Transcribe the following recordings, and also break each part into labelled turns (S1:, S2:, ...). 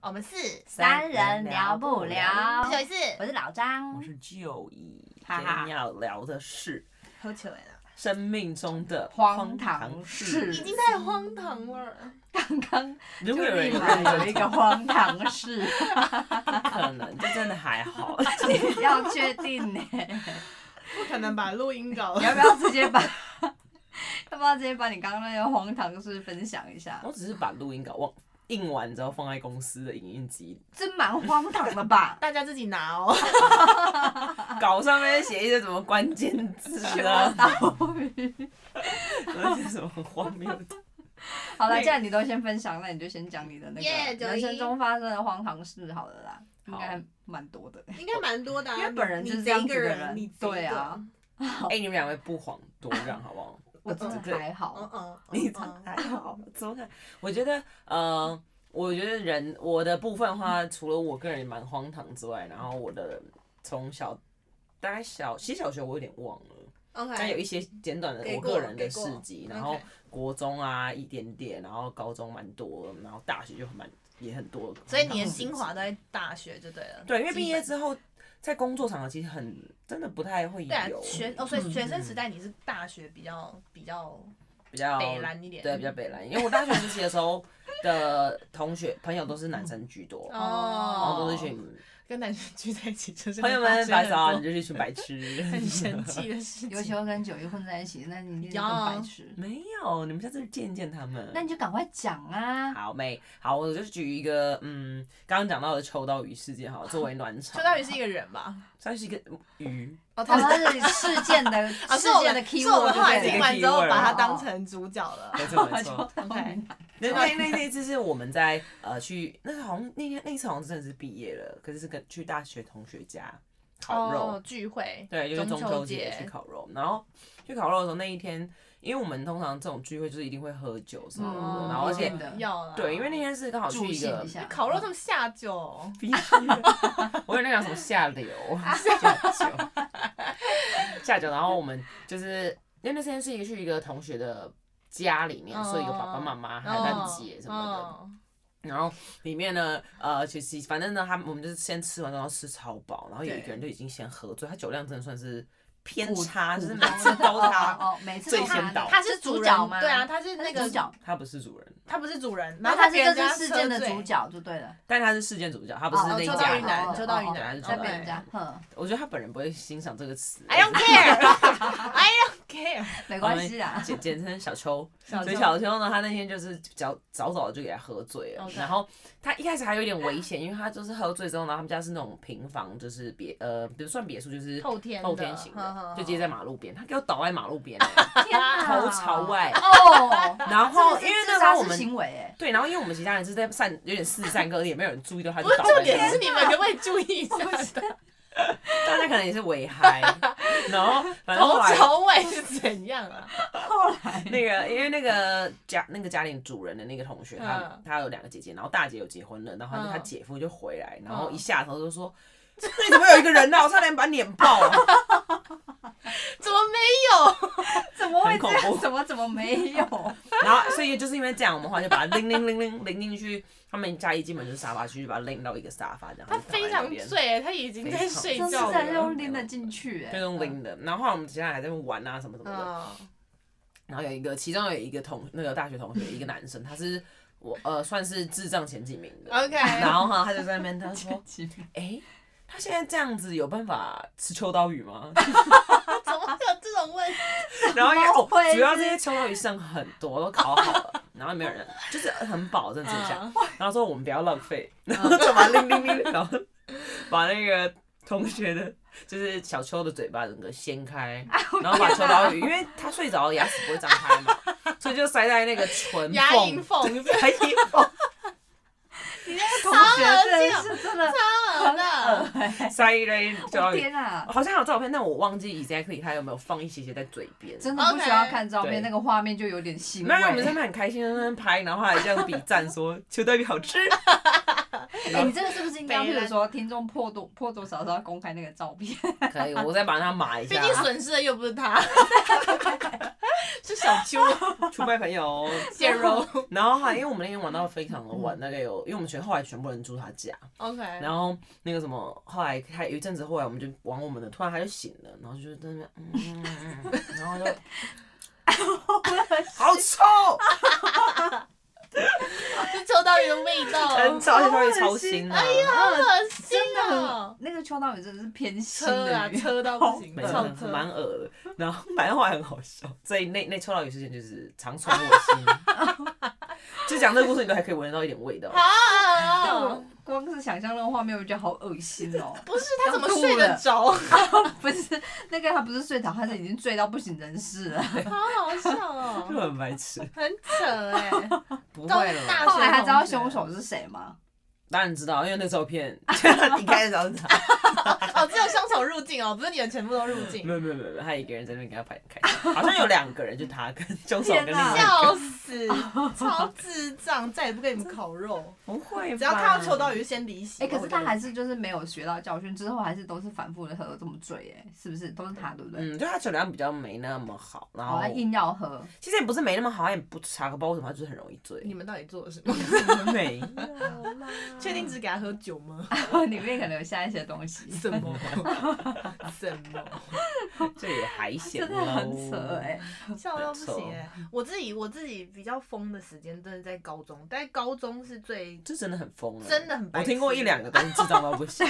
S1: 我们是
S2: 三人聊不聊
S1: 我是九一四，
S2: 我是老张
S3: 我，是就以
S2: 哈
S3: 今
S2: 哈
S3: 天要聊的是
S1: 喝酒了，
S3: 生命中的
S2: 荒唐
S3: 唐
S2: 事
S1: 已经太荒唐了。
S2: 刚 刚
S3: 如果有人
S2: 一
S3: 跟
S2: 来有
S3: 我
S2: 一个荒唐事，
S3: 不可能，这真的还 好。
S2: 你要确定呢、
S1: 不可能把录音搞？
S2: 你要不要直接把， 要不要直接把你刚刚那个荒唐事分享一下？
S3: 我只是把录音稿忘印完之后放在公司的影印机，
S2: 真蛮荒唐的吧
S1: 大家自己拿哦。
S3: 稿上面写一些什么关键字啊，那 些什么很荒 谬的。
S2: 好了，既然你都先分享，那你就先讲你的那
S1: 耶
S2: 个
S1: 九一
S2: 人生中发生的荒唐事好了啦，应
S3: 好
S2: 该蛮多的。
S1: 应该蛮多的啊、
S2: 因为本人就是
S1: 你
S2: 这
S1: 这
S2: 样
S1: 一
S2: 子
S1: 个
S2: 的
S1: 人，
S2: 人
S1: 你这一个
S2: 对啊，
S3: 哎，你们两位不遑多让好不好？
S2: 我哦真的还
S1: 嗯
S2: 好，
S1: 嗯，
S3: 你
S1: 嗯
S3: 常
S1: 嗯
S3: 还好，怎么可能？我觉得，呃，我觉得人我的部分的话，除了我个人也蛮荒唐之外，然后我的从小大概小其实小学我有点忘了，
S1: ，OK，
S3: 但有一些简短的
S1: 给
S3: 我
S1: 过
S3: 个人
S1: 给
S3: 的
S1: 过
S3: 事迹，然后
S1: OK
S3: 国中啊一点点，然后高中蛮多，然后大学就蛮也很多。
S1: 所以你的
S3: 很多
S1: 精华都在大学就对了。
S3: 对，因为
S1: 基本
S3: 毕业之后在工作场合其实很真的不太会
S1: 对啊，
S3: 有
S1: 学哦，所以学生时代你是大学比较比较
S3: 比较
S1: 北蓝一点，
S3: 对，比较北蓝，因为我大学时期的时候的同学朋友都是男生居多，然后
S1: 哦，
S3: 都是一群
S1: 跟男生聚在一起，就是
S3: 朋友们白
S1: 发生
S3: 啊，
S1: 很
S3: 你
S1: 多
S3: 就是一群白痴。
S1: 很神奇的事
S2: 尤其
S1: 情。
S2: 又跟九一混在一起，那你一定是
S1: 有
S2: 更白痴。
S3: 没有，你们下次见见他们。
S2: 那你就赶快讲啊！
S3: 好妹，好，我就举一个，嗯，刚刚讲到的秋刀鱼事件，好了，作为暖 场。
S1: 邱大宇是一个人吧？
S3: 算是一个鱼，
S1: 哦，
S2: 好像是事件 的
S1: 啊，
S2: 事
S1: 是我
S2: 件
S1: 们
S2: 的
S1: 是我
S2: keyword
S1: 们后来
S2: 对
S1: 听
S2: 不对
S1: 完之后
S3: keyword
S1: 把它当成主角了。
S3: 没错没
S2: 我就
S3: 错。
S2: 当没拿
S3: 那那那那次是我们在呃去，那是好像那天那次好像真的是毕业了，可是是跟去大学同学家烤肉，
S1: 哦、聚会，
S3: 对，就是中秋
S1: 秋
S3: 节去烤肉，然后去烤肉的时候那一天，因为我们通常这种聚会就是一定会喝酒什么的，
S2: 嗯
S3: 然后而
S2: 一
S3: 且
S2: 定的
S1: 要啦
S3: 对，因为那天是刚好去
S2: 助
S3: 一个
S2: 兴 一下。
S1: 烤肉他们下酒，
S3: 必须的，我有那讲什么下流下 酒下酒，然后我们就是因为那天是去一个同学的家里面，所以有爸爸妈妈还有他
S2: 哦
S1: 嗯
S3: 姐什么的。然后里面呢，呃，其实反正呢，他们我们就是先吃完，然后吃超饱，然后有一个人就已经先喝醉，他酒量真的算是偏差，就是每 次都
S2: 他
S3: 他，
S2: 哦，每次
S3: 最
S2: 都他
S3: 先倒
S1: 嗯他是
S2: 主
S1: 人
S2: 角吗？
S1: 对啊，，他是
S2: 那
S1: 那
S2: 个
S1: 个
S2: 主，角，
S3: 他不是主人，
S1: 他不是主人，
S2: 那
S1: 然后
S2: 他是
S1: 被
S2: 这
S1: 人
S2: 次
S1: 家
S2: 事件的
S1: 车醉
S2: 主，角就对了，
S3: 但他是事件主角，他不是
S2: 哦
S3: 那一
S1: 秋
S2: 就
S1: 刀
S3: 家
S1: 鱼
S3: 人。
S2: 在
S1: 男，
S2: 哦
S1: 秋刀鱼
S2: 哦
S1: 男，
S3: 哦
S2: 在
S3: 哦
S2: 别人
S1: OK
S2: 家，哼，
S3: 我觉得他本人不会欣赏这个词
S1: I don't care，I don't care。
S2: 没关系啊啦。
S3: 简简称小秋。
S1: 小
S3: 所以
S1: 秋
S3: 小秋呢，他那天就是比较早早就给他喝醉了
S1: OK
S3: 然后他一开始还有一点危险，因为他就是喝醉之后呢，他们家是那种平房，就是别呃，比如算别墅，就是
S1: 后天的
S3: 后天型
S1: 呵呵
S3: 的
S1: 呵，
S3: 就直接在马路边，他给我倒在马路边、 欸
S2: 天哪，
S3: 头朝外。
S2: 哦，
S3: 然
S1: 啊
S3: 后因为那时候我
S2: 这是自杀式
S3: 们
S2: 行为哎，
S3: 对，然后因为我们其他人是在散，有点四散各地，也没有人注意到他就
S1: 不是
S3: 倒在
S1: 重
S3: 那边
S1: 点是你们可不可以注意一下？
S3: 大家可能也是尾嗨，然后反正后
S1: 头
S3: 来
S1: 朝外是怎样啊？
S2: 后来
S3: 那个，因为那个家那个家庭主人的那个同学，他、
S1: 嗯
S3: 他有两个姐姐，然后大姐有结婚了，然后他,、
S1: 嗯
S3: 他姐夫就回来，然后
S1: 嗯
S3: 一下头就说：“那你怎么有一个人啊呢、我差点把你脸爆了、
S1: 怎么没有？
S2: 怎么会这
S3: 很恐
S2: 样？
S3: 怖
S2: 怎么怎么没 有？
S3: 然后所以就是因为这样，我们后来就把他拎拎拎拎拎进去，他们家一进门就是沙发区，就把他拎到一个沙发这样。
S1: 他非常
S3: 就躺在那边，
S1: 醉，欸他已经在睡
S2: 真是
S1: 觉
S2: 在
S1: 了。嗯
S2: 用拎得进去
S3: 就
S2: 哎，
S3: 用 拎的。然后后来我们其他人还在那边玩啊什么什么的。
S1: 嗯，
S3: 然后有一个，其中有一个同那个大学同学，一个男生，他是我呃算是智障前几名的。
S1: OK
S3: 然后哈，他就在那边他 说。
S2: 奇妙
S3: 哎、他现在这样子有办法吃秋刀鱼吗？
S1: 怎么会有这种问题？
S3: 然后因为哦
S2: 会，
S3: 主要这些秋刀鱼剩很多，都烤好了，然后没有人，就是很饱，真的吃不
S1: 啊
S3: 下。然后说我们不要浪费， 然后就把拎拎拎，然后把那个同学的，就是小秋的嘴巴整个掀开，然后把秋刀鱼，因为他睡着了牙齿不会张开嘛，所以就塞在那个唇
S1: 牙龈
S3: 缝。
S1: 缝是不是
S3: 牙龈缝
S2: 你那个同学真的是真的
S1: 好啊的，
S2: 啊
S3: 塞一堆秋
S2: 我
S3: 刀鱼，
S2: 天啊！
S3: 好像有照片，但我忘记 exactly 他有没有放一些些在嘴边。
S2: 真的不需要看照
S3: OK
S2: 片，那个画面就有点腥
S3: 没有，我们真
S2: 味。
S3: 的很开心，在那边拍，然后还这样比赞说秋刀鱼好吃。
S2: 哎， 你这个是不是应该，
S1: 北
S2: 譬
S1: 兰
S2: 如说听众破多破多少少公开那个照片？
S3: 可以，我再把它码一
S1: 毕
S3: 下。
S1: 竟损失的又不是他。 是小秋
S3: 出卖朋友。
S1: 减肉。
S3: 然后还因为我们那天玩到非常的晚，大概有因为我们全后来全部人住他家，
S1: OK，然
S3: 然后那个什么后来他有一阵子后来我们就玩我们的，突然他就醒了，然后就在那边嗯嗯嗯嗯，嗯然后就好臭。
S1: 就臭到有味道，
S3: 很
S1: 好
S3: 吵，而且会超新的、啊。
S1: 恶心
S2: 真的
S1: 啊
S2: 很！那个秋刀鱼真的是偏新
S1: 车
S2: 的
S1: 啊，
S2: 鱼，
S1: 车到不行，
S3: 没
S1: 超
S3: 有，
S1: 车。
S3: 啊
S1: 啊
S3: 蛮恶的。然后反正后来很好笑，所以那那抽到有事情就是常传我心。就讲这个故事，你都还可以闻得到一点味道。
S2: 但
S1: 啊
S2: 我！光是想象那个画面，我觉得好恶心哦。
S1: 不是他怎么睡得着？好
S2: 不是那个，他不是睡着，他是已经醉到不省人事了。
S1: 好笑
S3: 就
S1: 哦，
S3: 很白痴，
S1: 很扯哎！
S3: 不会
S1: 大
S3: 了。
S2: 后来他知道凶手是谁吗？
S3: 当然知道，因为那照片一开始找是他，
S1: 哦，只有凶手入境哦，不是你们全部都入境
S3: 没，有没有没有，他一个人在那边给他拍开心，好像有两个人，就他跟凶手跟另外一个。
S1: 笑死， 超智障，再也不给你们烤肉，
S3: 不会吧，
S1: 只要看到秋刀鱼就先离席。
S2: 哎、可
S1: 我
S2: 是他
S1: 觉得
S2: 还是就是没有学到教训，之后还是都是反复的喝，这么醉，哎，是不是？都是他，对不对？
S3: 嗯，就他酒量比较没那么好，然
S2: 好、
S3: 后
S2: 他硬要喝，
S3: 其实也不是没那么好，他也不差，不知道为什么他就是很容易醉。
S1: 你们到底做了什 么？
S3: 没
S1: 确定只给他喝酒 吗？
S2: 里面可能有下一些 东西。
S1: 什 么？什么？
S3: 这也还行
S2: 真的很扯
S3: 喽
S2: 哎、
S1: 笑到不行
S3: 没
S1: 哎、我自己我自己比较疯的时间，真的在高中，但高中是 最
S3: 这真的很疯了，
S1: 真的很白
S3: 我
S1: 痴
S3: 听过一两个都是智障到不行，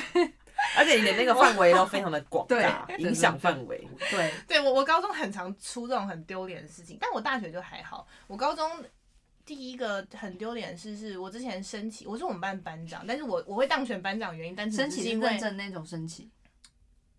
S3: 而且你的那个范围都非常的广大，
S2: 对
S3: 影响范围。
S2: 对，
S1: 对我我高中很常出这种很丢脸的事情，但我大学就还好。我高中第一个很丢脸的事是我之前升旗，我是我们班班长，但是我我会当选班长的原因，但是
S2: 升
S1: 只
S2: 旗
S1: 是
S2: 是
S1: 因为
S2: 认真那种升旗，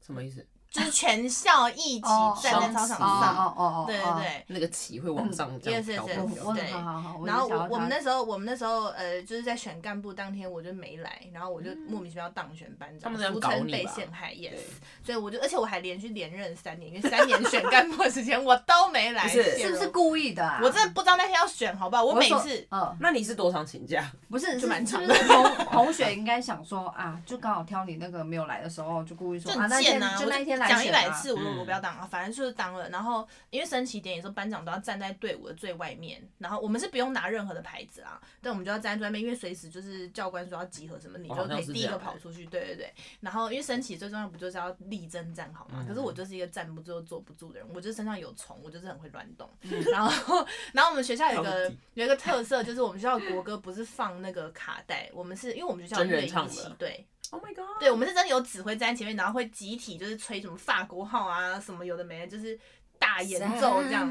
S3: 什么意思？
S1: 就是全校一起
S2: 哦
S1: 站在操场
S3: 哦
S1: 上，
S2: 哦哦哦，
S1: 对对
S2: 哦
S1: 对。
S3: 那个旗会往上这样
S1: Yes, yes,
S3: 飘
S1: yes
S3: 飘
S2: 我
S3: 飘
S2: 我
S1: 对
S2: 好好好，
S1: 然后
S2: 就想
S1: 我
S2: 要
S1: 我们
S2: 他
S1: 那时候我们那时候呃就是在选干部当天我就没来，然后我就莫名其妙当选班
S3: 他
S1: 长，
S3: 们这样
S1: 俗
S3: 搞
S1: 称
S3: 你
S1: 被
S3: 吧
S1: 陷害，yes
S3: 对。
S1: 所以我就而且我还连续连任三年，因为三年选干部的时间我都没来，
S3: 不是
S1: 谢
S2: 是不是
S1: 喽？
S2: 故意的啊？
S1: 我真的不知道那天要选好不好，我
S2: 我
S1: 每
S2: 说
S1: 次
S2: 嗯，
S3: 那你是多长请假？
S2: 不是，
S1: 就蛮
S2: 是
S1: 长
S2: 就是同同学应该想说啊，就刚好挑你那个没有来的时候，就故意
S1: 就
S2: 说啊
S1: 很
S2: 那天
S1: 贱啊，
S2: 就
S1: 我
S2: 那一天来
S1: 讲一
S2: 选
S1: 百
S2: 啊
S1: 次我
S3: 嗯
S1: 我不要当啊，反正就是当了。然后因为升旗典礼的时候，班长都要站在队伍的最外面，然后我们是不用拿任何的牌子啊，但我们就要站在最外面，因为随时就是教官说要集合什么，你
S3: 哦
S1: 就
S3: 好像
S1: 可以
S3: 是
S1: 第一
S3: 这
S1: 个
S3: 样
S1: 跑出去。对对对。然后因为升旗最重要不就是要力争站好嘛？可是我
S3: 嗯
S1: 就是一个站不住又坐不住的人，我就是身上有虫，我就是很会乱动。 然后然后我们学校有一
S3: 到
S1: 个
S3: 嗯底
S1: 有一个特色，就是我们学校的国歌不是放那个卡带，我们是因为我们学校有
S3: 真人
S1: 乐
S3: 唱
S1: 仪
S3: 的
S1: 器对。
S3: Oh my god！
S1: 对，我们是真的有指挥站在前面，然后会集体就是吹什么法国号啊，什么有的没的，就是大演奏这样，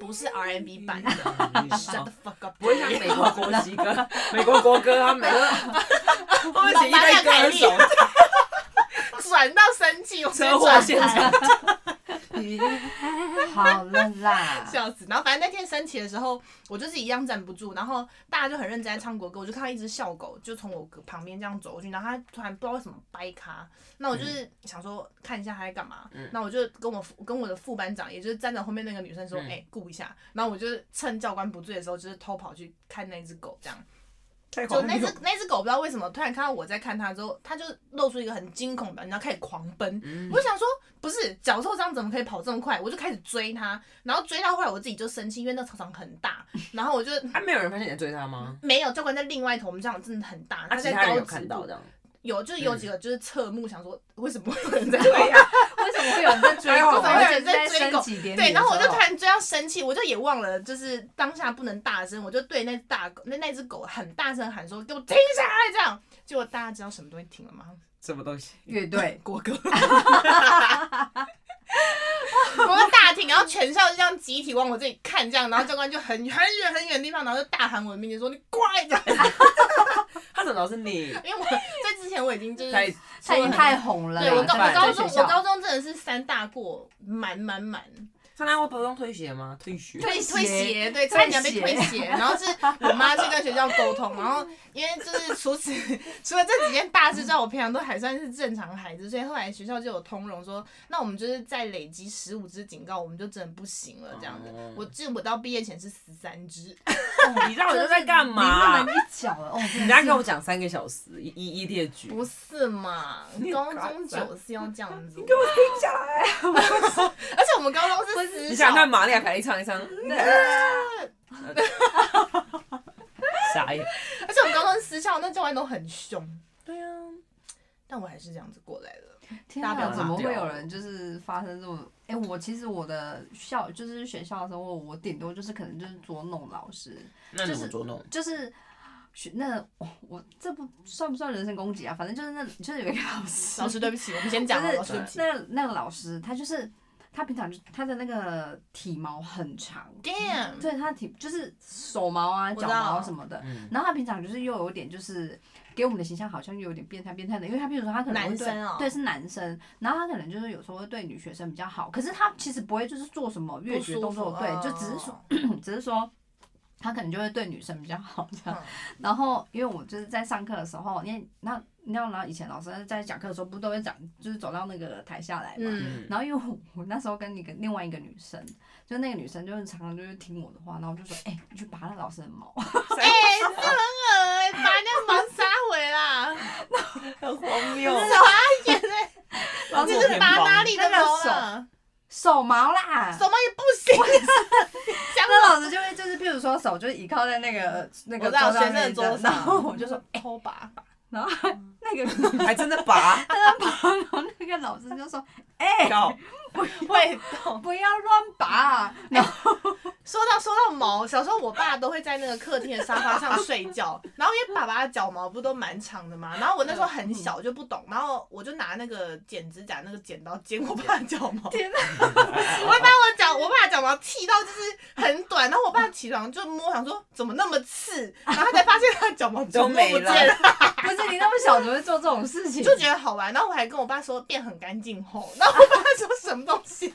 S1: 不是 R&B 版的。Shut the fuck up！
S3: 不会像美国国旗歌，嗯 美国国歌啊，美国，我们请一
S1: 玛丽亚
S3: 堆
S1: 凯
S3: 歌
S1: 莉
S3: 手，
S1: 转到生气，我直接
S3: 车祸
S1: 转
S3: 现
S1: 台，，
S2: 好了啦
S1: 笑死。然后反正那天升旗的时候，我就是一样站不住，然后大家就很认真在唱国歌，我就看到一只小狗就从我旁边这样走过去，然后它突然不知道为什么掰咖，那我就是想说看一下它在干嘛，那我就跟我副跟我的副班长，也就是站在后面那个女生说，哎、
S3: 嗯
S1: 顾一下，然后我就趁教官不注意的时候，就是偷跑去看那只狗这样。
S3: 太
S1: 就
S3: 荒
S1: 那
S3: 谬
S1: 只。那只狗不知道为什么突然看到我在看它之后，它就露出一个很惊恐的表情，然后开始狂奔。
S3: 嗯
S1: 我想说，不是脚受伤怎么可以跑这么快？我就开始追它，然后追到后来我自己就生气，因为那操场很大，然后我就
S3: 还没有人发现你在追他吗？
S1: 没有教官在另外一头，我们这场真的很大，
S3: 啊，
S1: 它
S3: 其
S1: 在
S3: 他人
S1: 高
S3: 有
S1: 职
S3: 看
S1: 部
S3: 到这样。
S1: 有就是有几个就是侧目想说为什么会有人在
S3: 对啊呀，
S2: 为什么会有人在追
S3: 哎
S2: 狗？
S3: 我怎么
S1: 会有
S2: 而且
S1: 人在
S2: 在
S1: 追
S2: 升
S1: 狗
S2: 旗典礼的时候？
S1: 对，然后我就突然追到生气，我就也忘了，就是当下不能大声，我就对那大狗那那只狗很大声喊说：“给我停下来！”这样，结果大家知道什么东西停了吗？
S3: 什么东西？
S2: 乐队
S1: 国 歌，国歌大厅，然后全校就这样集体往我这里看，这样，然后教官就很很远很远的地方，然后就大喊我的名字，说你过来这样，
S3: 他怎么老是你？
S1: 因为我在之前我已经就是
S3: 太
S2: 太太红了啦，
S1: 对我高我
S2: 在
S3: 烦
S1: 高
S2: 在
S1: 中
S2: 学
S1: 我
S2: 校
S1: 高中真的是三大过，满满满，
S3: 看来我不用退学吗？退学
S1: 退
S2: 鞋
S1: 退鞋，对，差
S2: 退
S1: 点要被
S2: 鞋
S1: 退鞋。然后是我妈去跟学校沟通，然后因为就是除此除了这几件大事之外，我平常都还算是正常孩子，所以后来学校就有通融说，那我们就是再累积十五只警告，我们就真的不行了这样子
S3: 哦。
S1: 我记得我到毕业前是十三只，
S3: 你到底都在干
S1: 啊
S3: 嘛
S2: 你这？么一脚哦，
S3: 你
S2: 人
S3: 大概跟我讲三个小时，一一一列举，
S1: 不是嘛？
S3: 你
S1: 高
S3: 搞
S1: 中
S3: 啥
S1: 九是要这样子，
S3: 我停下来。
S1: 啊 而且我们高中是的死
S3: 你想看玛利亚凯莉唱一唱， 傻眼。
S1: 而且我们高中私校那教官都很凶，
S3: 对啊，
S1: 但我还是这样子过来了。
S2: 天
S1: 大家
S2: 啊，
S1: 不要
S2: 怎么
S3: 乱掉
S2: 会有人就是发生这种？哎、我其实我的校就是学校的时候，我顶多就是可能就是捉弄老师，
S3: 那你怎么捉弄？
S2: 就是学那哦我这不算不算人身攻击啊？反正就是那就是有一个老师，
S1: 老师对不起，我们先讲
S2: 就
S1: 了，
S2: 是
S1: 老师对不起。
S2: 那那个老师他就是他平常就他的那个体毛很长，
S1: Damn，
S2: 对他的体就是手毛啊、
S1: 我知
S2: 脚
S1: 道
S2: 毛什么的。
S3: 嗯，
S2: 然后他平常就是又有点就是给我们的形象好像又有点变态变态的，因为他比如说他可能会对
S1: 男生哦
S2: 对是男生，然后他可能就是有时候会对女学生比较好，可是他其实不会就是做什么越
S1: 不
S2: 学
S1: 舒
S2: 动
S1: 服
S2: 作，，对，就只是说
S1: 哦，
S2: 只是说。他可能就会对女生比较好这样，
S1: 嗯
S2: 然后因为我就是在上课的时候，因为那你知道，然后以前老师在讲课的时候，不都会讲，就是走到那个台下来嘛，
S1: 嗯，
S2: 然后因为我我那时候跟一个另外一个女生，就那个女生就是常常就是听我的话，然后我就说，哎、你去拔那老师的毛，啊
S1: 哎，这很恶哎，把人家毛杀回 啦，
S3: 很荒谬，
S2: 哦
S1: 你这是拔哪里的毛啊？
S2: 手毛啦，
S1: 手毛也不行，讲
S2: 那老师就会就是，譬如说手就是倚靠在那个那个
S1: 我知道
S2: 桌上
S1: 学生的
S2: 面
S1: 桌
S2: 的，
S1: 上
S2: 然后我就说哎
S1: 偷拔，
S2: 那个他
S3: 还真的拔
S2: 在拔，然后那个老师就说
S3: 高，
S1: 会动。
S2: 不要乱拔啊，然后
S1: 说到说到毛，小时候我爸都会在那个客厅的沙发上睡觉，然后因为爸爸的脚毛不都蛮长的 嘛，然后我那时候很小就不懂，然后我就拿那个剪指甲那个剪刀剪我爸的脚毛，
S2: 天哪，
S1: 我会把我脚我爸的脚毛剃到就是很短，然后我爸起床就摸，想说怎么那么刺，然后他才发现他的脚毛
S3: 都没
S1: 全部不见了，
S2: 不是你那么小怎么会做这种事情？
S1: 就觉得好玩，然后我还跟我爸说变很干净后，然后我爸说什么东西，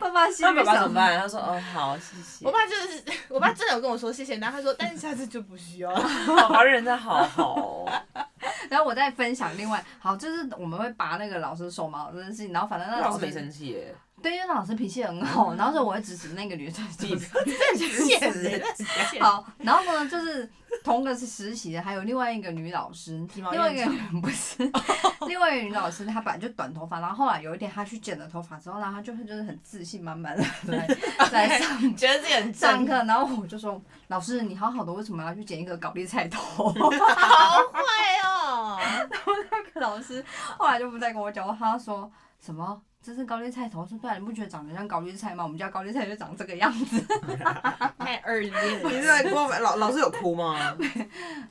S2: 爸爸心
S3: 那
S2: 里
S3: 爸爸怎
S2: 想
S3: 么？办？他说哦好，谢 谢
S1: 我。爸就是我爸真的有跟我说谢谢，然后他说但是下次就不需要了，
S3: 宝宝人真的 好好 哦，
S2: 然后我再分享另外，好，就是我们会拔那个老师手毛这件事情，然后反正那
S3: 老
S2: 老
S3: 师没
S2: 师
S3: 生气耶，
S2: 对，因为那老师脾气很好，然后所以我会指使那个女生
S3: 你
S2: 做
S1: 贱人，贱人
S2: 好，然后呢，就是同个实习的，还有另外一个女老师，
S1: 体毛
S2: 另外一
S1: 院
S2: 个人不是， 另外一个女老师，她本来就短头发，然后后来有一天她去剪了头发之后，然后她就会就是很自信满满的 来来上
S1: 觉得自己很
S2: 上
S1: 正
S2: 课，，然后我就说，老师你好好的，为什么要去剪一个高丽菜头？
S1: 好坏哦，
S2: 老师后来就不再跟我讲话，他说什么？这是高丽菜头，我说对啊，你不觉得长得像高丽菜吗？我们家高丽菜就长这个样子。
S1: 太恶劣了，
S3: 是在过分老老师有哭吗？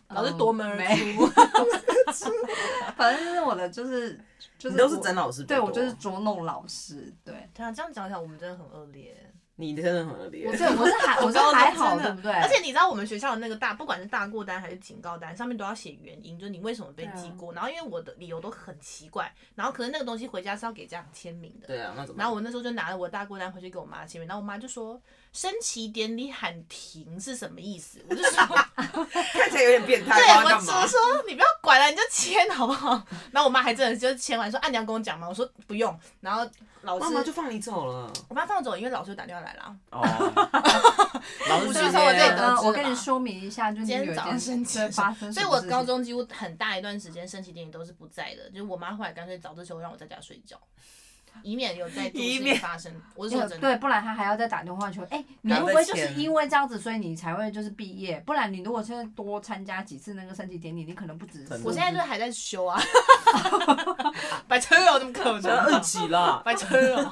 S1: 老是夺门而
S2: 嗯没，
S1: 出，
S2: 反正就是我的，就是就是
S3: 你都是
S2: 我
S3: 真老师比较
S2: 对
S3: 多，
S2: 我就是捉弄老师，对
S1: 对啊，这样讲起来我们真的很恶劣。
S3: 你真的很恶劣
S2: 我。是我是还我是
S1: 高中
S2: 还好，
S1: 真的
S2: 对不对？
S1: 而且你知道我们学校的那个大，不管是大过单还是警告单，上面都要写原因，就是你为什么被记过。然后因为我的理由都很奇怪，然后可能那个东西回家是要给家长签名的。
S3: 对啊，那怎么办？
S1: 然后我那时候就拿了我大过单回去给我妈签名，然后我妈就说升旗典礼喊停是什么意思？我就说
S3: 看起来有点变态，
S1: 对
S3: 不
S1: 我
S3: 知道干
S1: 只
S3: 嘛
S1: 是？说你不要管了，你就签好不好？然后我妈还真的就签完说啊你要跟我讲吗？我说不用。然后老
S3: 妈妈
S1: 师
S3: 就放你走了。
S1: 我妈放我走，因为老师有打电话来了。
S3: 哦，老师
S1: 我
S3: 直
S1: 是
S3: 接
S1: 说我这里 得
S2: 呃，
S1: 知
S2: 我
S1: 了
S2: 跟你
S1: 嘛
S2: 说明一下，就是
S1: 今
S2: 有
S1: 天
S2: 一
S1: 早
S2: 件
S1: 上
S2: 事
S1: 升旗
S2: 情发生什么事情，
S1: 所以我高中几乎很大一段时间升旗典礼都是不在的，就是我妈后来干脆早自修让我在家睡觉，以免有在都
S3: 以
S1: 市里
S3: 免
S1: 发生。我是说
S2: 呃。
S1: 真的，
S2: 对，不然他还要再打电话去问，哎、你
S3: 还
S2: 会
S3: 要再
S2: 不会就是
S3: 签
S2: 因为这样子，所以你才会就是毕业？不然你如果现在多参加几次那个升旗典礼，你可能不只是
S3: 真的
S1: 我现在就是还在修啊， 白痴哦，怎么可能、
S3: 二
S1: 啊？
S3: 级了，
S1: 白痴哦，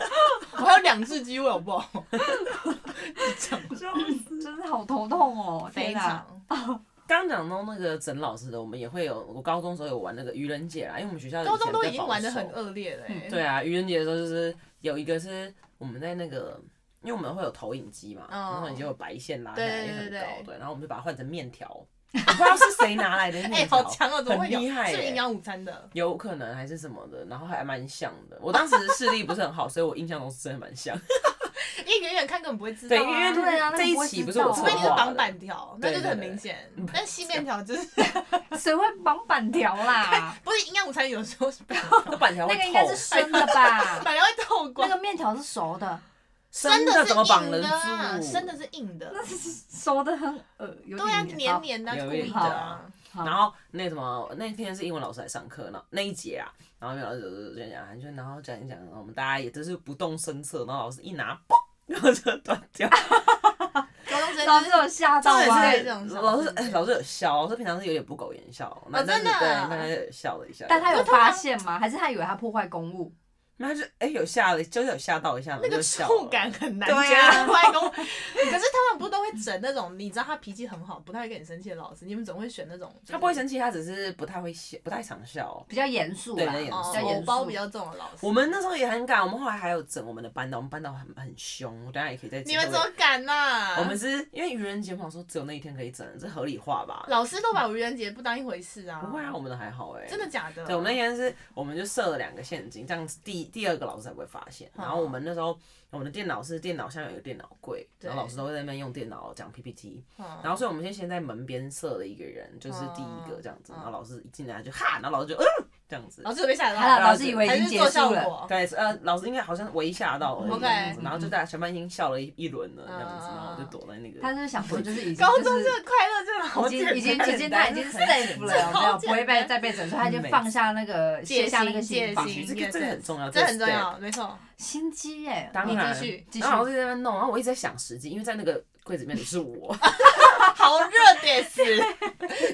S1: 我还有两次机会好不好？
S2: 就是 真的好头痛哦，
S1: 非
S2: 天哪！
S1: 常，
S3: 刚刚讲到那个整老师的，我们也会有，我高中时候有玩那个愚人节啊啦，因为我们学校以前
S1: 高中都已
S3: 比
S1: 经
S3: 较
S1: 玩的
S3: 保守
S1: 很恶劣了、欸。
S3: 对啊，愚人节的时候就是有一个是我们在那个，因为我们会有投影机嘛，
S1: 嗯
S3: 然后你就有白线拉下来
S1: 对
S3: 也
S1: 对
S3: 很
S1: 对
S3: 高，
S1: 对
S3: 对，然后我们就把它换成面条，我不知道是谁拿来的
S1: 哎、
S3: 面
S1: 好
S3: 条。
S1: 强哦，怎么会有？
S3: 很厉害
S1: 是不是
S3: 欸
S1: 营养午餐的？
S3: 有可能还是什么的，然后还蛮像的。我当时视力不是很好，所以我印象中是真的蛮像。
S1: 因为远远看根本不会知道、啊，
S3: 对，因为因为
S2: 对啊那个
S3: 这一
S2: 不会
S3: 期
S2: 知
S3: 不是我
S2: 道
S1: 除
S3: 策
S1: 非你是
S3: 划
S1: 绑
S3: 的
S1: 板条，那
S3: 对
S1: 就是
S3: 对
S1: 很
S3: 对
S1: 明显。但细面条就是
S2: 谁会绑板条 啦？
S1: 不是营养午餐，有时候是板
S3: 那板条
S2: 那
S3: 会
S2: 个应该
S3: 透
S2: 是生的吧？
S1: 板条会透
S2: 那
S1: 光。
S2: 个面条是熟 的，
S1: 生
S3: 生
S1: 的是
S3: 怎么绑
S1: 硬
S3: 得
S1: 的啊
S3: 住？
S1: 生的是硬的，
S2: 熟的很呃，有
S1: 对啊，
S2: 点
S1: 黏黏的，
S3: 有
S1: 故
S3: 一
S1: 意
S3: 点
S1: 的啊。
S2: 好
S3: 然后那什么那天是英文老师来上课，然后那一节啊，然后英文老师就讲，就然后讲一讲，然后我们大家也都是不动声色，然后老师一拿，嘣，然后就断掉。
S1: 啊高中生
S2: 老
S1: 就
S2: 师
S1: 是
S2: 有吓到
S1: 重
S2: 吗
S1: 点？是这种小
S3: 老师
S1: 事哦
S3: 哎老师有笑，老师平常是有点不苟言笑，那
S1: 真的啊
S3: 对，那他就笑了一下，
S2: 但他有发现吗？还是他以为他破坏公务？
S3: 那他就哎、有吓了，就是有吓到一下，
S1: 那
S3: 然后
S1: 个
S3: 就笑
S1: 触
S3: 了
S1: 感很难
S3: 对
S1: 觉
S3: 啊
S1: 得外公， 可是他们不都会整那种你知道他脾气很好，不太会跟你生气的老师，你们总会选那种
S3: 他不会生气，他只是不太会笑，不太常笑。
S2: 比较严肃
S3: 对
S2: 啦，
S3: 比较
S1: 哦
S3: 严肃
S2: 比较
S1: 偶
S2: 严
S1: 包比
S2: 肃。
S1: 较重的老师
S3: 我。们那时候也很赶，我们后来还有整我们的班导，我们班导很很凶，我等一下也可以再
S1: 你
S3: 讲。
S1: 们怎么敢啊呐、
S3: 我们是因为愚人节嘛，我说只有那一天可以整，这合理化吧？
S1: 老师都把愚人节不当一回事啊！
S3: 不会啊，我，们的还好哎、
S1: 真的。假的？
S3: 对，我们那天是我们就设了两个陷阱，这样子第第二个老师才不会发现。然后我们那时候我们的电脑是电脑下面有一个电脑柜，
S1: 对
S3: 然后老师都会在那边用电脑讲 PPT。
S1: 嗯，
S3: 然后所以我们先先在门边设了一个人，就是第一个这样子。
S1: 嗯
S3: 然后老师一进来就哈，然后老师就嗯这样子。
S1: 老师有被吓
S2: 他
S1: 到，
S2: 老师以为已
S1: 还
S2: 经
S1: 是
S2: 结
S1: 做效
S2: 束了，
S1: 果？
S3: 对，呃，老师应该好像我一吓到而已
S1: 哦 OK
S3: 这样子然后就大家全班已经笑了一一轮了
S1: 嗯
S3: 这样子，
S1: 嗯嗯
S3: 然后我就躲在那个。
S2: 他就是想说，就是 已经
S1: 高
S2: 就
S1: 中
S2: 是
S1: 这个快乐这个好
S2: 已经已经
S3: 很
S2: 已
S3: 简
S2: 经
S3: 单
S2: 他已经 safe 了，
S1: 这
S2: 有没
S1: 好
S2: 有
S1: 简
S2: 不会被
S1: 单
S2: 再被整出，他已经
S3: 没
S2: 放下那个卸下那个
S1: 戒
S2: 心
S1: 心
S2: 防，
S1: 戒心
S3: 这个这个啊很重要，
S1: 这很重
S3: 个 step
S1: 要，没错。
S2: 心机耶。
S3: 当
S1: 你
S3: 然
S1: 继续，
S2: 继续
S3: 然后老师在那边弄，然后我一直在想时机，因为在那个柜子里面的 是我，
S1: 好热得死，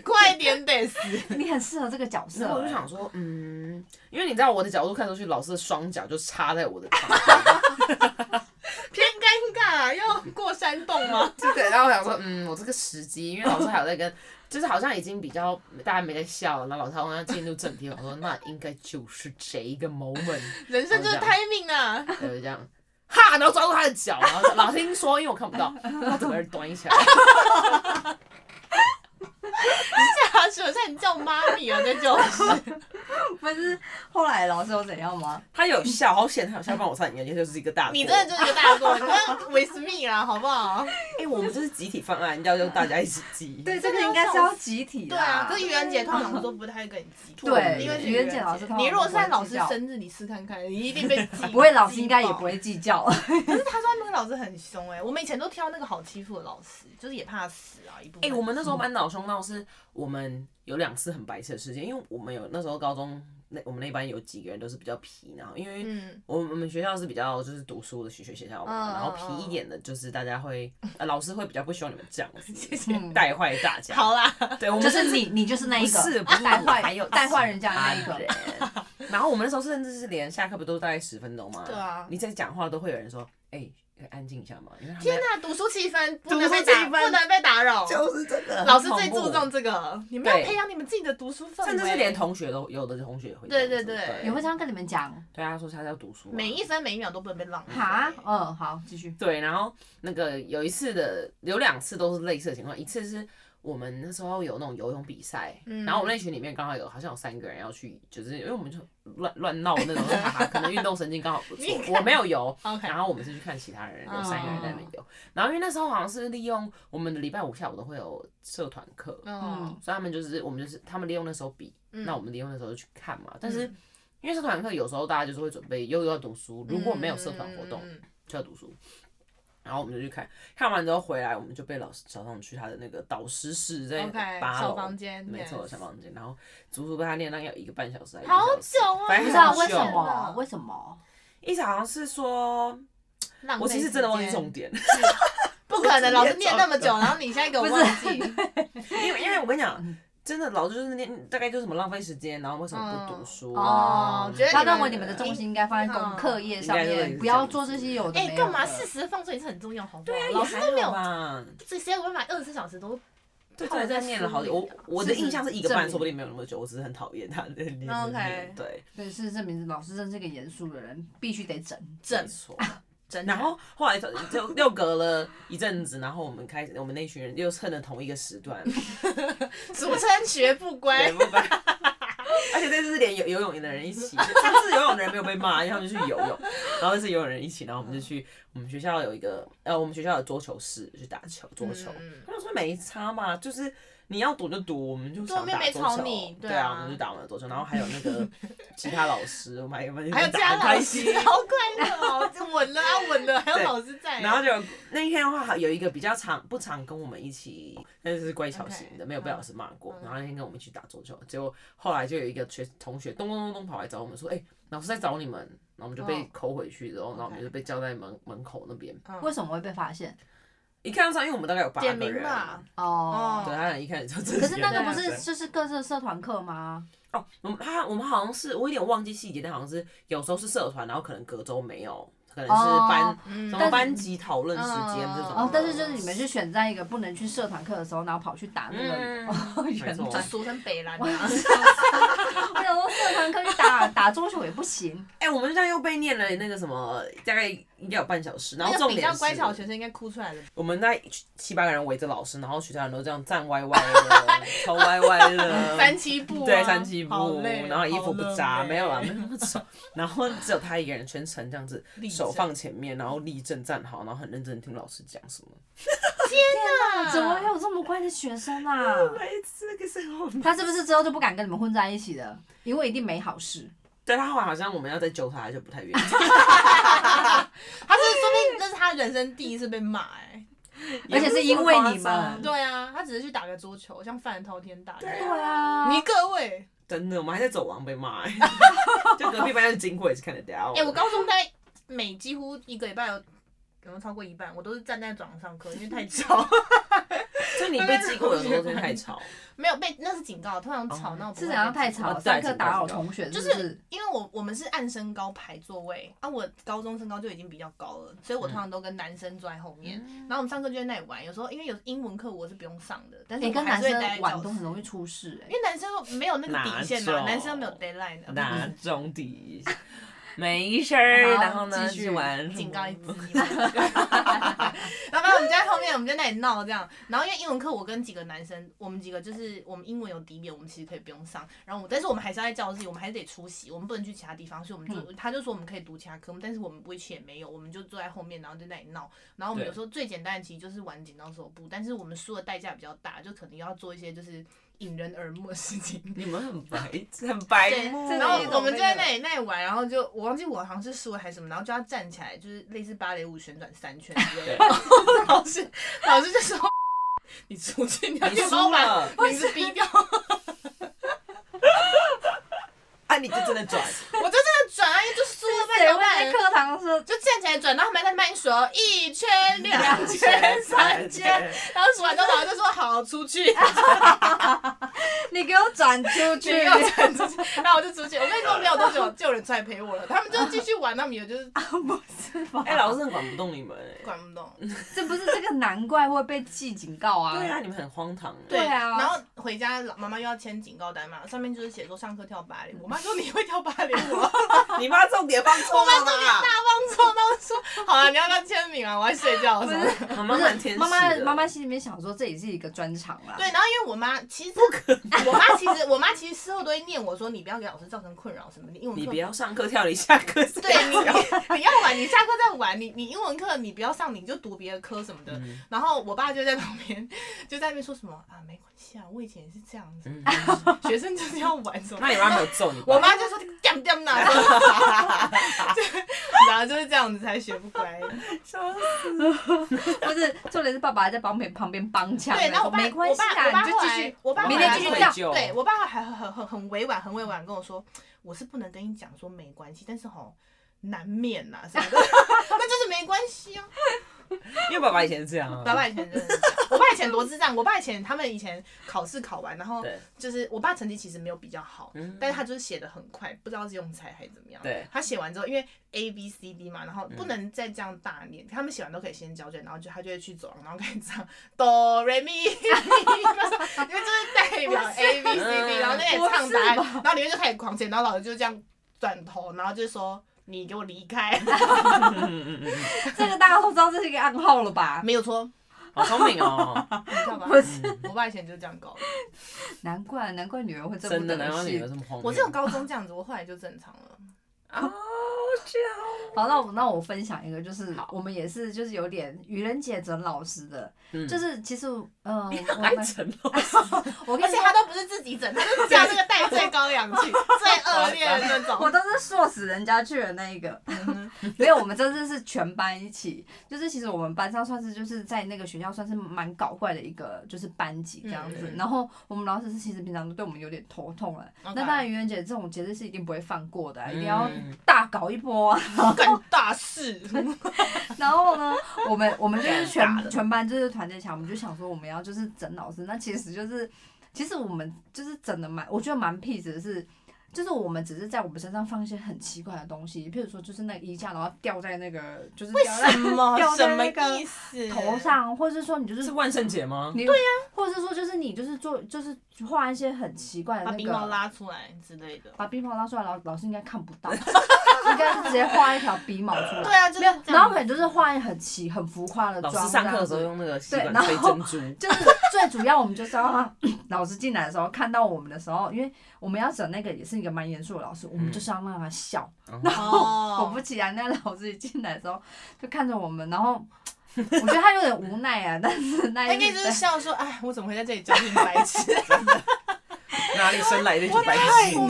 S1: 快点得死。
S2: 你很适合这个角色
S3: 然
S2: 欸。
S3: 后我就 想说，嗯，因为你知道我的角度看出去，老师的双脚就插在我的旁边，
S1: 偏尴尬，啊要过山洞吗？
S3: 对对，然后我想说，嗯，我这个时机，因为老师还有在跟，就是好像已经比较大家没在笑了，然后老师好像要进入正题，我说那应该就是这一个 moment，
S1: 人生就是 timing 啊！
S3: 然后就这样。哈，然后抓住他的脚，然后老听说，因为我看不到，他整个人端起来，
S1: 吓死我！像你叫妈咪啊，这就是。
S2: 不是后来老师有怎样吗？
S3: 他有笑，好险，他有笑，不然我差点眼睛就是一个大。
S1: 你真的就是一个大过，你要 with me 啦，好不好？
S3: 哎、我们这是集体方案，要用大家一起集。
S2: 对，
S1: 这个
S2: 这个应
S1: 要
S2: 该是
S1: 笑
S2: 要集体的。
S1: 对啊，可是愚人节通常都不太跟你 记，
S2: 对
S1: 因为是
S2: 愚人节老师通常
S1: 你如果是在老师
S2: 不会计较
S1: 生日，你试看看，你一定被记。
S2: 不会，老师应该也不
S1: 记
S2: 会计较。
S1: 爆。可是他说那个老师很凶哎，我们以前都挑那个好欺负的老师，就是也怕死啊，一部
S3: 哎、
S1: 分。
S3: 我们那时候班导凶到是，我们有两次很白痴的事情，因为我们有那时候高中那我们那班有几个人都是比较皮，然后因为
S1: 嗯，
S3: 我们我们学校是比较就是读书的学学学校嘛，
S1: 嗯
S3: 然后皮一点的就是大家会、呃、老师会比较不希望你们这样
S1: 谢
S3: 子
S1: 谢。
S2: 嗯
S3: 带坏大家。
S1: 好 啦，
S3: 对，我们
S2: 就是你，你就是那一
S3: 不是
S2: 个
S3: 不是
S2: 带
S3: 还有
S2: 坏带坏人家的那一
S3: 他
S2: 个
S3: 人。然后我们那时候甚至是连下课不都大概十分钟吗？
S1: 对啊
S3: 你在讲话都会有人说，哎、可以安静一下嘛，因为他们
S1: 天哪，读书气氛不能
S3: 读书
S1: 被
S3: 气
S1: 打，
S3: 氛
S1: 不能被打扰。
S3: 就是这个
S1: 老师最注重这个，你们要
S3: 对
S1: 培养你们自己的读书氛围，
S3: 甚至是连同学都有的同学也会这样子
S1: 对对对
S2: 也会这样跟你们讲
S3: 对他说他要读书啊、
S1: 每一分每一秒都不能被浪费。
S2: 哈，嗯，好，继续。
S3: 对，然后那个有一次的有两次都是类似的情况，一次是我们那时候有那种游泳比赛，
S1: 嗯
S3: 然后我们那群里面刚好有好像有三个人要去，就是因为我们就乱乱闹那种，哈哈，可能运动神经刚好不 错
S1: 你，看哦
S3: 我没有游，
S1: OK，
S3: 然后我们是去看其他人，有三个人在那边游，然后因为那时候好像是利用我们的礼拜五下午都会有社团课，
S2: 哦
S1: 嗯，
S3: 所以他们就是我们就是他们利用那时候比，
S1: 嗯
S3: 那我们利用那时候就去看嘛。但是因为社团课有时候大家就是会准备又要读书，如果没有社团活动
S1: 嗯，嗯嗯嗯
S3: 就要读书。然后我们就去看，看完之后回来，我们就被老师找上去他的那个导师室，在
S1: OK，
S3: 八
S1: 小
S3: 楼，
S1: 房间
S3: 没错，
S1: yes
S3: 小房间。然后足足被他念到要一个半小时还是一个
S1: 好
S3: 小时，
S1: 久啊
S3: 反
S2: 不
S3: 正
S2: 知
S3: 哎很
S2: 道为
S3: 久
S2: 什么？为什么？
S3: 一直好像是说，
S1: 浪费
S3: 我其实真的忘记
S1: 时间
S3: 重点，
S1: 不可能，老师念那么 久，然后你现在给我
S2: 不是
S1: 忘记，
S3: 因为因为我跟你讲，真的老师就是念大概就是什么浪费时间，然后为什么不读书？啊
S2: 哦
S1: 嗯哦，觉得
S2: 他
S1: 你
S2: 认为
S1: 们
S2: 你们的重心应该放
S1: 嗯
S2: 在功课业上
S3: 应该是
S2: 面，不要做这些有的没
S1: 哎
S2: 有，的。
S1: 干嘛适时的放松也是很重要，好不好？
S3: 啊
S1: 老师都没有，
S3: 吧？
S1: 这谁有办法二十四小时都
S3: 对，
S1: 泡
S3: 对，
S1: 在
S3: 他念了
S1: 书
S3: 好
S1: 里
S3: 久。我
S1: 啊
S3: 我的
S2: 是
S3: 印象是一个
S2: 证
S3: 半，
S2: 明
S3: 说不定没有那么久。我只是很讨厌他的 念念
S1: OK
S3: 念对，
S2: 对，事实证明是老师真是个严肃的人，必须得整。
S1: 整
S3: 没错。
S1: 整？
S3: 然 后后来就就又隔了一阵子，然后我们开始，我们那群人又趁了同一个时段，
S1: 俗称学不
S3: 对
S1: 乖，
S3: 不管 而且这次是连游游泳的人一起，上次游泳的人没有被骂，因为他们去游泳，然后这次游泳人一起，然后我们就去我们学校有一个呃，我们学校有桌球室去打球桌球，
S1: 嗯
S3: 他们说没差嘛，就是你要赌就赌，我们就想
S1: 对
S3: 打
S1: 没
S3: 桌
S1: 吵
S3: 球
S1: 你，
S3: 对
S1: 对啊
S3: 我们就打我们的桌球，然后还有那个其他老师，我们还有
S1: 还有
S3: 打
S1: 家
S3: 嗯很
S1: 老
S3: 开心
S1: 师，，好快了，就稳了啊，稳了，还有
S3: 对
S1: 老师在。啊嗯
S3: 然后就那一天的话，有一个比较常不常跟我们一起，但是乖巧型的，没有
S2: 嗯
S3: 被老师骂过。然后那天跟我们一起打桌球，结果后来就有一个学同学咚咚咚咚跑来找我们说：“哎、老师在找你们。”然后我们就被
S2: 哦
S3: 扣回去，然后然后我们
S1: OK
S3: 就被叫在门门口那边。
S2: 为什么会被发现？
S3: 一看上，因为我们大概有八
S1: 点
S3: 个
S1: 名
S3: 人，
S1: 吧，
S2: 哦，
S3: 对，他一看就知道。
S2: 可是那个不
S3: 对
S2: 是就是各自的社团课吗？
S3: 哦，我们他我们好像是我有点忘记细节，但好像是有时候是社团，然后可能隔周没有，可能是班、
S2: 哦
S1: 嗯
S3: 什
S2: 但
S3: 么
S2: 是
S3: 班级讨论时间这种的。
S1: 嗯
S2: 哦，但是就是你们是选在一个不能去社团课的时候，然后跑去打那个。
S3: 嗯，
S2: 哦，原来
S3: 没错
S1: 就俗称北兰啊。
S2: 我想说社团课去打打桌球也不行，
S3: 哎、我们这样又被念了那个什么，大概应该有半小时。然
S1: 那
S3: 后
S1: 个
S3: 重
S1: 比
S3: 点
S1: 较
S3: 是，
S1: 乖巧的学生应该哭出来了。
S3: 我们那七八个人围着老师，然后其他人都这样站歪歪的，头歪歪 的，
S1: 三七步啊，
S3: 呃对三七步
S1: 好，累
S3: 然后衣服不扎，没有啦，啊没有，
S1: 好
S3: 那么丑。然后只有他一个人全程这样子，
S1: 累
S3: 手放前面，然后立正站好，然后很认真听老师讲什么。
S1: 啊
S2: 怎么会有这么乖的学生啊？
S3: 每次那个时候，
S2: 他是不是之后就不敢跟你们混在一起了？因为一定没好事。
S3: 对他后来好像我们要再揪他，就 不太愿意。
S1: 他是说不定这是他人生第一次被骂哎。
S2: 而且是因为你
S3: 也不
S2: 们
S3: 是这么夸张
S1: 对啊，他只是去打个桌球，像犯人滔天大
S2: 对
S1: 罪。
S2: 啊，
S1: 你各位，
S3: 真的，我们还在走廊被骂、 欸，就隔壁班的经过也是看得到。
S1: 哎，我高中在每几乎一个礼拜有。有没有超过一半？我都是站在走廊上课，因为太吵，
S3: 就你被记过有时候真的 太吵，
S1: 没有被那是警告，通常吵
S3: 哦
S1: 闹不
S2: 是
S1: 会
S2: 怎样
S1: 被
S2: 太
S1: 记
S3: 啊
S2: 吵，
S3: 对
S2: 上课打扰同学，
S1: 就是
S2: 不是？
S1: 因为我我们是按身高排座位啊，我高中身高就已经比较高了，所以我通常都跟男生坐在后面。
S2: 嗯
S1: 然后我们上课就在那里玩，有时候因为有英文课我是不用上的，但是
S2: 你
S1: 我
S2: 哎跟
S1: 还
S2: 男
S1: 是会待在
S2: 生玩
S1: 教
S2: 都
S1: 室
S2: 很。容易出事哎
S1: 因。为男生没有那个底线
S3: 哪
S1: 嘛，
S3: 种
S1: 男生没有 deadline 的，
S3: 哪种底？没事儿，
S2: 好
S3: 然后呢
S2: 继续
S3: 去玩，
S1: 警告一 次。然后我们就在后面，我们就在那里闹这样。然后因为英文课，我跟几个男生，我们几个就是我们英文有底点，我们其实可以不用上。然后我，但是我们还是要在教室里，我们还是得出席，我们不能去其他地方，所以我们就、他就说我们可以读其他科目，但是我们 which 也没有，我们就坐在后面，然后在那里闹。然后我们
S3: 对
S1: 有时候最简单的其实就是玩剪刀手布，但是我们输的代价比较大，就可能要做一些就是引人耳目的事情。
S3: 你们很白，很白目。
S2: 对
S1: 然后
S2: 这
S1: 我们就在那里那里玩，然后就我忘记我好像是输了还是什么，然后就要站起来，就是类似芭蕾舞旋转三圈之类的。然后 老师老师就说：“你出去，你要
S3: 你
S1: 去
S3: 输
S1: 帮我把
S3: 了，
S1: 名字逼掉。”
S3: 啊，你就真的转，
S1: 我就真的转啊，因为就输了
S2: 谁
S1: 被
S2: 会
S1: 老
S2: 在
S1: 板
S2: 课堂 上
S1: 就站起来转，然后他们在那边数哦一圈、 两圈、三圈，然后数完之后，老师就说：“好，出 去。”
S2: 你给我转出
S1: 去，
S2: 去
S1: 然后我就出去。我跟你说，没有多久就有人出来陪我了，他们就继续玩，他们也就是
S2: 不是吧？
S3: 哎，老师很管不动你们哎。
S1: 管不动。
S2: 这不是这个难怪会被记警告啊！
S3: 对啊，你们很荒唐哎。
S2: 对啊
S1: 然后回家，老妈妈又要签警告单嘛，上面就是写说上课跳芭蕾舞。我妈说你会跳芭蕾 舞啊，
S3: 你妈重点放错
S1: 放
S3: 了吧？
S1: 错。然后我说好了，你要不要签名啊？我要睡觉什么的。
S3: 妈
S2: 不
S3: 妈蛮
S2: 是
S3: 天使
S2: 妈妈
S3: 的
S2: 妈妈心里面想说这也是一个专场啦。
S1: 对，然后因为我妈其实我妈其实我妈其实事后都会念我说你不要给老师造成困扰什么，你英文
S3: 你
S1: 课
S3: 不要上课跳，你下课再
S1: 对你
S3: 跳。
S1: 你你要玩，你下课再玩，你你英文课你不要上，你就读别的科什么的。
S3: 嗯
S1: 然后我爸就在旁边 就在那边说什么啊没关系啊，我以前也是这样子，
S3: 嗯
S1: 学生就是要玩什么。
S3: 那你妈没有揍你吧？
S1: 我妈就说点点呐，就 然后就是这样子才学不乖。
S3: 笑死
S2: 不是，重点是爸爸还在旁边旁边帮腔呢，
S1: 对，然后我
S2: 说
S1: 爸
S2: 没关系
S1: 我爸我
S2: 啊，
S1: 爸
S2: 你就
S1: 后
S2: 继
S1: 来
S2: 续，
S1: 我爸后
S2: 明
S1: 来
S2: 天
S1: 还
S2: 继续
S3: 退
S2: 跳。
S3: 休
S1: 对我爸还很很很很委婉，很委婉跟我说，我是不能跟你讲说没关系，但是吼难免呐、什么的， 那就是没关系啊。
S3: 因为爸爸以前是这样啊。
S1: 爸爸以前真的是这样，我爸以前多智障，我爸以前他们以前考试考完，然后
S3: 对
S1: 就是我爸成绩其实没有比较好，
S3: 嗯
S1: 但是他就是写的很快，不知道是用猜还是怎么样。
S3: 对，
S1: 他写完之后，因为 A B C D 嘛，然
S2: 嗯
S1: 后不能再这样大念，他们写完都可以先交卷，然后就他就会去走廊，然后开始唱 哆来咪，因为就是代表 A B C D，
S3: 嗯
S1: 然后那个唱答案，
S2: 不
S1: 然后里面就开始狂写，然后老师就这样转头，然后就说你给我离开，
S3: 嗯
S2: 这个大家都知道这是一个暗号 了吧？
S1: 没有错，
S3: 好聪明哦，
S1: 你知道吧？
S2: 不是，
S1: 我爸以前就是这样搞的。
S2: 难怪 难怪女人会这么
S3: 真的，难
S2: 得
S3: 怪你
S2: 势
S3: 们。这么荒谬。
S2: 哦
S1: 我是有高中这样子，我后来就正常了。
S3: 啊，笑。
S2: 好，那我那我分享一个，就是
S3: 好
S2: 我们也是就是有点愚人节整老师的，
S3: 嗯
S2: 就是其实呃，
S3: 你
S2: 我
S3: 很爱
S2: 们
S3: 整容，
S2: 我
S1: 而
S2: 跟你
S1: 且
S2: 说，
S1: 他都不是自己整，他就是叫那个戴罪羔羊去，最恶劣的那种。
S2: 我都是硕死人家去的那一个，
S1: 嗯哼
S2: 没有，我们真的是全班一起，就是其实我们班上算是就是在那个学校算是蛮搞怪的一个就是班级这样子，
S1: 嗯嗯
S2: 然后我们老师是其实平常都对我们有点头痛了，那
S1: OK
S2: 当然愚人节这种节日是一定不会放过的啊、一定要
S3: 嗯
S2: 大搞一波啊。
S1: 干大事，
S2: 然后呢，我们我们就
S3: 尴
S2: 是
S3: 尬
S2: 全
S3: 了
S2: 全班就是团结起来，我们就想说我们要就是整老师。那其实就是，其实我们就是整的蛮，我觉得蛮 peace 的是，就是我们只是在我们身上放一些很奇怪的东西，譬如说就是那个衣架，然后掉在那个就是掉在
S1: 什么
S2: 掉
S1: 什
S2: 在
S1: 么
S2: 那个
S1: 意思？
S2: 头上，或者是说你就是
S3: 是万圣节吗？
S2: 你对
S1: 啊
S2: 呀、或者是说就是你就是做就是画一些很奇怪的
S1: 把
S2: 那
S1: 鼻毛
S2: 个。
S1: 拉出来之类 的。
S2: 把鼻毛拉出来，老老师应该看不到，应该是直接画一条鼻毛出
S1: 对
S2: 来。
S1: 啊，就是
S2: 没有，
S1: 这样
S2: 然后可能就是画一很奇、很浮夸的
S3: 老
S2: 妆。
S3: 师上课的时候用那个吸管吹
S2: 对然后
S3: 珍 珠，
S2: 就是最主要，我们就是要 让老师进来的时候看到我们的时候，因为我们要整那个也是一个蛮严肃的老师，我们就是要让他笑。
S3: 然后
S1: 哦，
S2: 果不其然，那老师一进来的时候就看着我们，然后我觉得他有点无奈啊，但是那
S1: 他应
S2: 一
S1: 该就是
S2: 次
S1: 笑说，哎，我怎么会在这里教你白痴？
S3: 哪里生来的一群白
S1: 太
S3: 痴？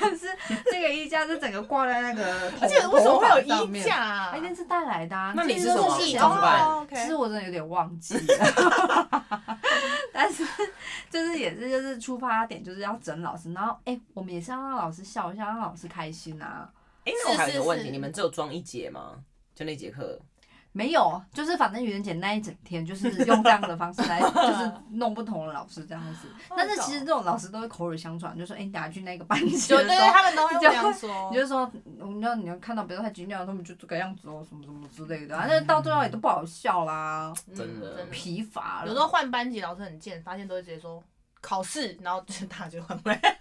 S2: 但是那个衣架是整个挂在那个头，
S1: 而且为什么会
S2: 头发上
S1: 有衣
S2: 面？
S1: 架啊
S2: 他一？定是带来的、啊。
S3: 那你
S2: 这
S3: 是
S2: 些都
S3: 什么
S2: 是
S3: 你
S2: 小
S3: 装装扮
S1: 哦，OK
S2: 其实我真的有点忘记了， 但是就是也是就是出发点就是要整老师，然后哎、我们也是要让老师笑一下，让老师开心啊。
S3: 哎，那我还有一
S1: 是
S3: 个
S1: 是
S3: 问
S1: 是
S3: 题，你们只有装一节吗？就那节课，
S2: 没有，就是反正愚人节那一整天就是用这样的方式 来，就是弄不同的老师这样子。但是其实这种老师都会口耳相传，就说哎、你等下去那个班 级的时
S1: 就
S2: 候，
S1: 哦对对，他们都会
S2: 你就
S1: 这样说
S2: 你。就说，你要你要看到别人太惊讶，他们就这个样子哦，什么什么之类的，但是到最后也都不好笑啦，
S1: 嗯
S3: 真的
S2: 疲乏了。
S1: 有时候换班级老师很贱，发现都会直接说考试，然后就是大家就换回 来。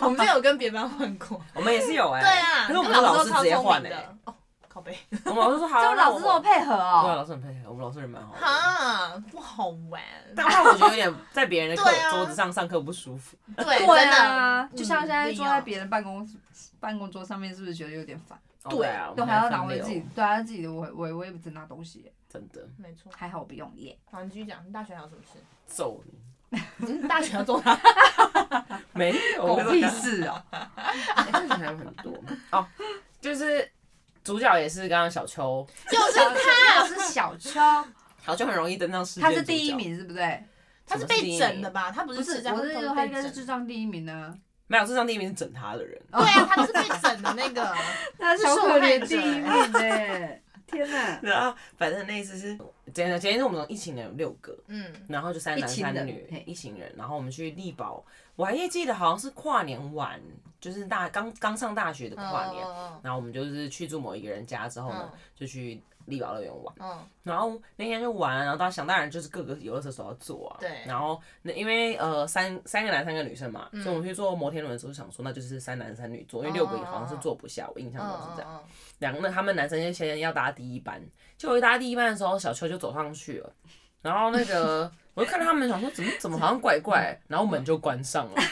S1: 我们之前有跟别班换过，
S3: 我们也是有哎，
S1: 对啊，
S3: 可是我们
S1: 那
S3: 的
S1: 老
S3: 老
S1: 师
S3: 师
S1: 都
S3: 直接
S1: 超聪
S3: 换
S1: 明
S3: 哎，
S1: 的。哦，靠背，
S3: 我们老师说好，啊
S1: 啊
S2: 就
S3: 那
S2: 老
S3: 我
S2: 师这么配合哦、
S3: 对啊，老师很配合，我们老师人蛮好的。
S1: 哈，不好玩。
S3: 但后来我觉得有点在别人的课
S1: 对啊
S3: 桌子上上课不舒服。
S1: 对，
S2: 对
S1: 真的，
S2: 啊，就像
S1: 嗯
S2: 现在
S1: 一定
S2: 坐
S1: 要
S2: 在别人办公室办公桌上面，是不是觉得有点烦？
S3: 哦
S1: 对
S3: 对啊，
S2: 都
S3: 我们
S2: 还要拿
S3: 分
S2: 回
S3: 流
S2: 自己，，对啊，自己的我我我也不知拿东西耶，
S3: 真的
S1: 没错。
S2: 还好我不用耶。
S1: 好，你继续讲，你大学还有什么事？
S3: 揍你。
S1: 嗯， 大学要做啥？
S3: 没有，
S2: 狗
S3: 我跟
S2: 屁
S3: 你讲
S2: 事 哦、
S3: 还有很多哦，就是主角也是刚刚小秋，
S1: 就是
S2: 小他是小秋，
S3: 小秋很容易登上世界，
S2: 他是第一，名，是不对？
S1: 他是被整的吧？他不
S2: 不
S1: 是
S2: 是
S1: 智，障，
S2: 我
S1: 他
S2: 是
S1: 被
S2: 说他应该是
S1: 整
S2: 智障第一名啊呢、
S3: 没有，世上第一名是整他的人，
S1: 对啊，他就是被整的那个。
S2: 他
S1: 小可怜第
S2: 第一
S1: 一
S2: 名
S1: 名
S2: 哎，天哪！
S3: 然后啊反正那一次是，今天今天我们一行人有六个，
S1: 嗯，
S3: 然后就三男
S2: 一行人
S3: 三女
S2: 嘿
S3: 一行人，然后我们去力宝，我还记得好像是跨年晚，就是大刚刚上大学的跨年，
S1: 嗯
S3: 然后我们就是去住某一个人家之后呢，
S1: 嗯
S3: 就去力宝乐园玩。
S1: 嗯，
S3: 然后那天就玩，然后当想当然就是各个游乐设施都要做啊。
S1: 对
S3: 然后那因为呃三三个男三个女生嘛，
S1: 嗯
S3: 所以我们去坐摩天轮的时候想说，那就是三男三女坐，因为六个
S1: 哦
S3: 好像是坐不下，我
S1: 嗯
S3: 印象中是这样。
S1: 样。
S3: 两个那他们男生就先要搭第一班，就我一搭第一班的时候，小秋就走上去了，然后那个我就看到他们想说怎么怎么好像怪
S1: 嗯
S3: 怪，然后门就关上了。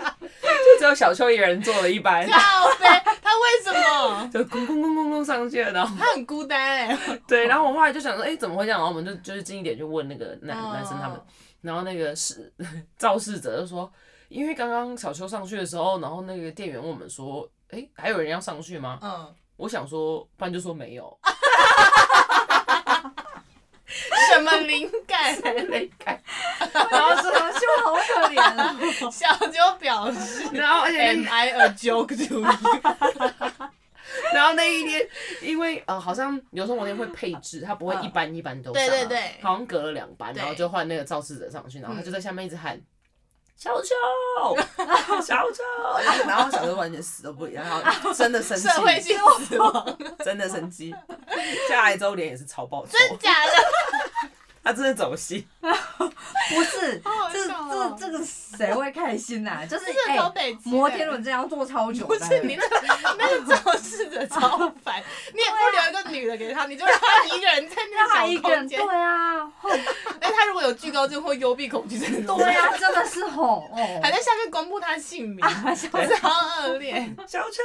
S3: 就只有小秋一人坐了 一班，
S1: 靠背，嗯他为什么？
S3: 就咣咣咣咣咣上去了，然后
S1: 他很孤单哎、
S3: 对，然后我后来就想说，哎、怎么会这样？然后我们就就是近一点去问那个男、
S1: 嗯
S3: 男生他们，然后那个是肇事者就说，因为刚刚小秋上去的时候，然后那个店员问我们说，哎、还有人要上去吗？
S1: 嗯，
S3: 我想说，不然就说没有。
S1: 什么灵 感？
S2: 然后说就好可怜啊 了，
S1: 小九表示
S3: 然后而且
S1: ，Am I a joke to you？
S3: 然后那一天，因为呃好像有时候我那天会配置，他不会一班一班都上啊、
S1: 对对对
S3: 好像隔了两班，
S1: 对嗯
S3: 然后就换那个肇事者上去，然后他就在下面一直喊。小 秋，小秋， 然后小秋完全死都不理他，然后真的生气
S1: 社，会性死亡，
S3: 真的生气。下来之后脸也是超爆 臭，
S1: 真假的？
S3: 他真的走心。
S2: 不是，
S1: 好
S2: 这
S1: 笑
S2: 这
S1: 哦
S2: 这个谁会开心呐、就是
S1: 这
S2: 哎、
S1: 超北极的
S2: 摩天轮真的要坐超久
S1: 不
S2: 的，
S1: 是你那个那个肇事者超烦，你也不留一个女的给他，你就让他一个人在
S2: 让
S1: 那
S2: 他一
S1: 小
S2: 个人
S1: 空
S2: 对
S1: 间。
S2: 啊，
S1: 但他如果会有惧高症或幽闭恐惧症的人，
S2: 对啊呀、真的是吼哦，
S1: 还在下面公布他姓名，
S2: 笑
S1: 真是好恶劣，
S3: 小车，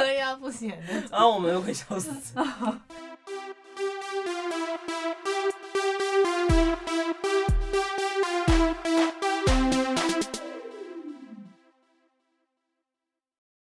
S1: 恶劣到不行的那种。
S3: 然后我们就会笑死。